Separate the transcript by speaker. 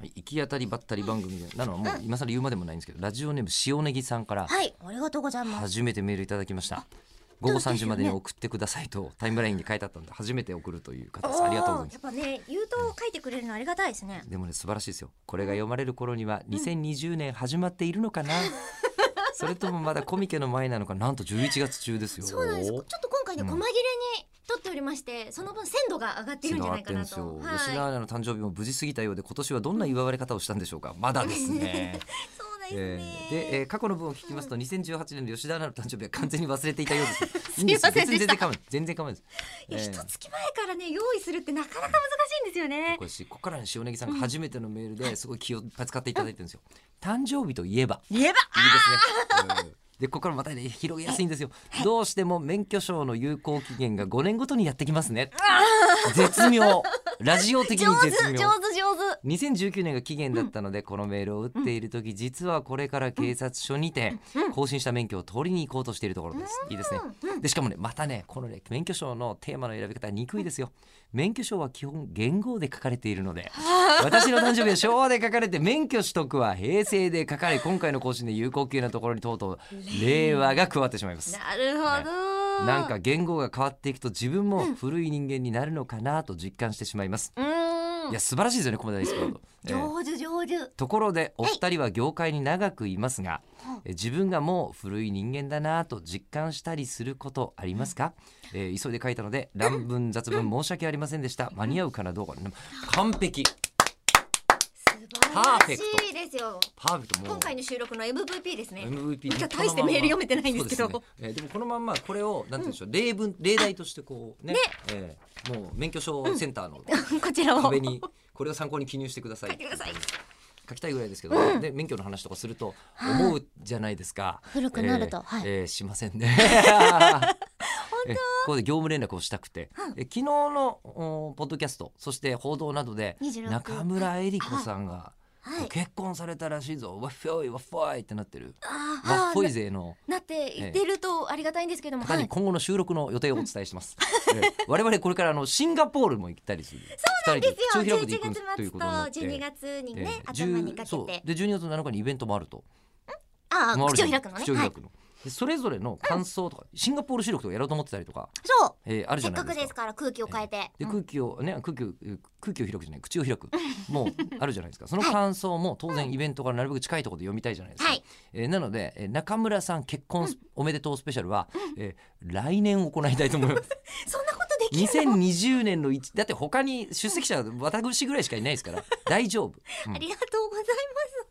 Speaker 1: 行き当たりばったり番組でなのはもう今更言うまでもないんですけど、ラジオネーム塩ネギさんから
Speaker 2: はい、ありがとうございます。
Speaker 1: 初めてメールいただきました午後3時までに送ってくださいとタイムラインに書いてあったんで初めて送るという方ですありがとうございます
Speaker 2: おーやっぱね、言うと書いてくれるのありがたいですね。
Speaker 1: でもね素晴らしいですよこれが読まれる頃には2020年始まっているの かな、それともまだコミケの前なのかなんと11月中ですよ
Speaker 2: そうなんです。ちょっと今回ね、細切れに撮っておりまして、その分鮮度が上がってるんじゃないかな
Speaker 1: 違
Speaker 2: と。
Speaker 1: ってんですよ吉田
Speaker 2: は
Speaker 1: アナの誕生日も無事過ぎたようで今年はどんな祝われ方をしたんでしょうかまだですね、
Speaker 2: い。そうなんです
Speaker 1: え
Speaker 2: ね。
Speaker 1: ーで、えー過去の分を聞きますと2018年の吉田アナの誕生日は完全に忘れていたようです
Speaker 2: すいませんで
Speaker 1: いいです
Speaker 2: した
Speaker 1: よ別に全然構わない全然構わない
Speaker 2: いや
Speaker 1: です、えー
Speaker 2: 一月前からね用意するってなかなか難しいんですよね
Speaker 1: こ。れしここからね塩ネギさんが初めてのメールですごい気を使っていただいてるんですよ誕生日といえば
Speaker 2: 言えば
Speaker 1: いいですね。うんでここからまたね広げやすいんですよ。どうしても免許証の有効期限が5年ごとにやってきますね。絶妙。ラジオ的に
Speaker 2: 上手
Speaker 1: 絶
Speaker 2: 上手
Speaker 1: 妙。
Speaker 2: 上手。
Speaker 1: 2019年が期限だったので、このメールを打っている時、実はこれから警察署にて更新した免許を取りに行こうとしているところです。いいですね。でしかもねまたねこのね免許証のテーマの選び方は憎いですよ。免許証は基本元号で書かれているの で私の誕生日は昭和で書かれて免許取得は平成で書かれ今回の更新で有効級なところにとうとう令和が加わってしまいます。
Speaker 2: なるほど。
Speaker 1: なんか言語が変わっていくと自分も古い人間になるのかなと実感してしまいます。
Speaker 2: うー
Speaker 1: い
Speaker 2: ん
Speaker 1: や素晴らしいですよねここまでですけど。えー
Speaker 2: 上手上手。
Speaker 1: ところでお二人は業界に長くいますが、
Speaker 2: はい
Speaker 1: え自分がもう古い人間だなぁと実感したりすることありますか、えー急いで書いたので乱文雑文申し訳ありませんでした間に合うかなどうかな完璧パーフ
Speaker 2: 素晴ら
Speaker 1: ェ
Speaker 2: し
Speaker 1: クト
Speaker 2: いですよ。
Speaker 1: パーフェクトもう
Speaker 2: 今回の収録の MVP ですね。
Speaker 1: MVP
Speaker 2: また大してメール読めてないんですけど
Speaker 1: そうねえーでもこのまんまこれをなんて言うんでしょう、例文例題としてこうねえーもう免許証センターの
Speaker 2: こちらを。
Speaker 1: 壁にこれを参考に記入してください
Speaker 2: 書いてください
Speaker 1: 書きたいぐらいですけど、で免許の話とかすると思うじゃないですか。
Speaker 2: 古くなると
Speaker 1: えー
Speaker 2: はい
Speaker 1: えーしません ね。えーここで業務連絡をしたくて、えー昨日のおーポッドキャストそして報道などで
Speaker 2: 26
Speaker 1: 中村江里子さんが、
Speaker 2: はいはい
Speaker 1: 結婚されたらしいぞわっふぉいわっふぉいってなってる
Speaker 2: あー
Speaker 1: わっ
Speaker 2: あ
Speaker 1: ふ
Speaker 2: ー
Speaker 1: い勢の
Speaker 2: ななって言ってるとありがたいんですけども。
Speaker 1: 方
Speaker 2: は
Speaker 1: に
Speaker 2: い
Speaker 1: 今後の収録の予定をお伝えして ます、えー我々これからあのシンガポールも行ったりするそうなん
Speaker 2: ですよ。
Speaker 1: で
Speaker 2: 11
Speaker 1: 行く
Speaker 2: 月
Speaker 1: とい
Speaker 2: 末
Speaker 1: う
Speaker 2: と
Speaker 1: ことになって
Speaker 2: 12月にね
Speaker 1: え、ー
Speaker 2: 頭にかけ
Speaker 1: そう
Speaker 2: て。
Speaker 1: で12月7日にイベントもあると
Speaker 2: ああ、
Speaker 1: もうあるじ
Speaker 2: 口
Speaker 1: ゃ
Speaker 2: を
Speaker 1: ん
Speaker 2: 開くのね。
Speaker 1: 口を
Speaker 2: は
Speaker 1: 開
Speaker 2: い。
Speaker 1: くの、でそれぞれの感想とか、シンガポール収録とかやろうと思ってたりとか、
Speaker 2: そう。
Speaker 1: えーあるじゃ
Speaker 2: せっ
Speaker 1: な
Speaker 2: か
Speaker 1: いで
Speaker 2: く
Speaker 1: すか
Speaker 2: ですから空気を変えて。
Speaker 1: で
Speaker 2: うん
Speaker 1: 空気をね空気を空気を開くじゃない口を開 くもうあるじゃないですかその感想も当然イベントからなるべく近いところで読みたいじゃないですか、
Speaker 2: はい
Speaker 1: えーなので、えー中村さん結婚おめでとうスペシャルは、えー来年行いたいと思います
Speaker 2: そんなことできるの
Speaker 1: 2020年の一だって他に出席者は私ぐらいしかいないですから大丈夫、うん
Speaker 2: ありがとうございます。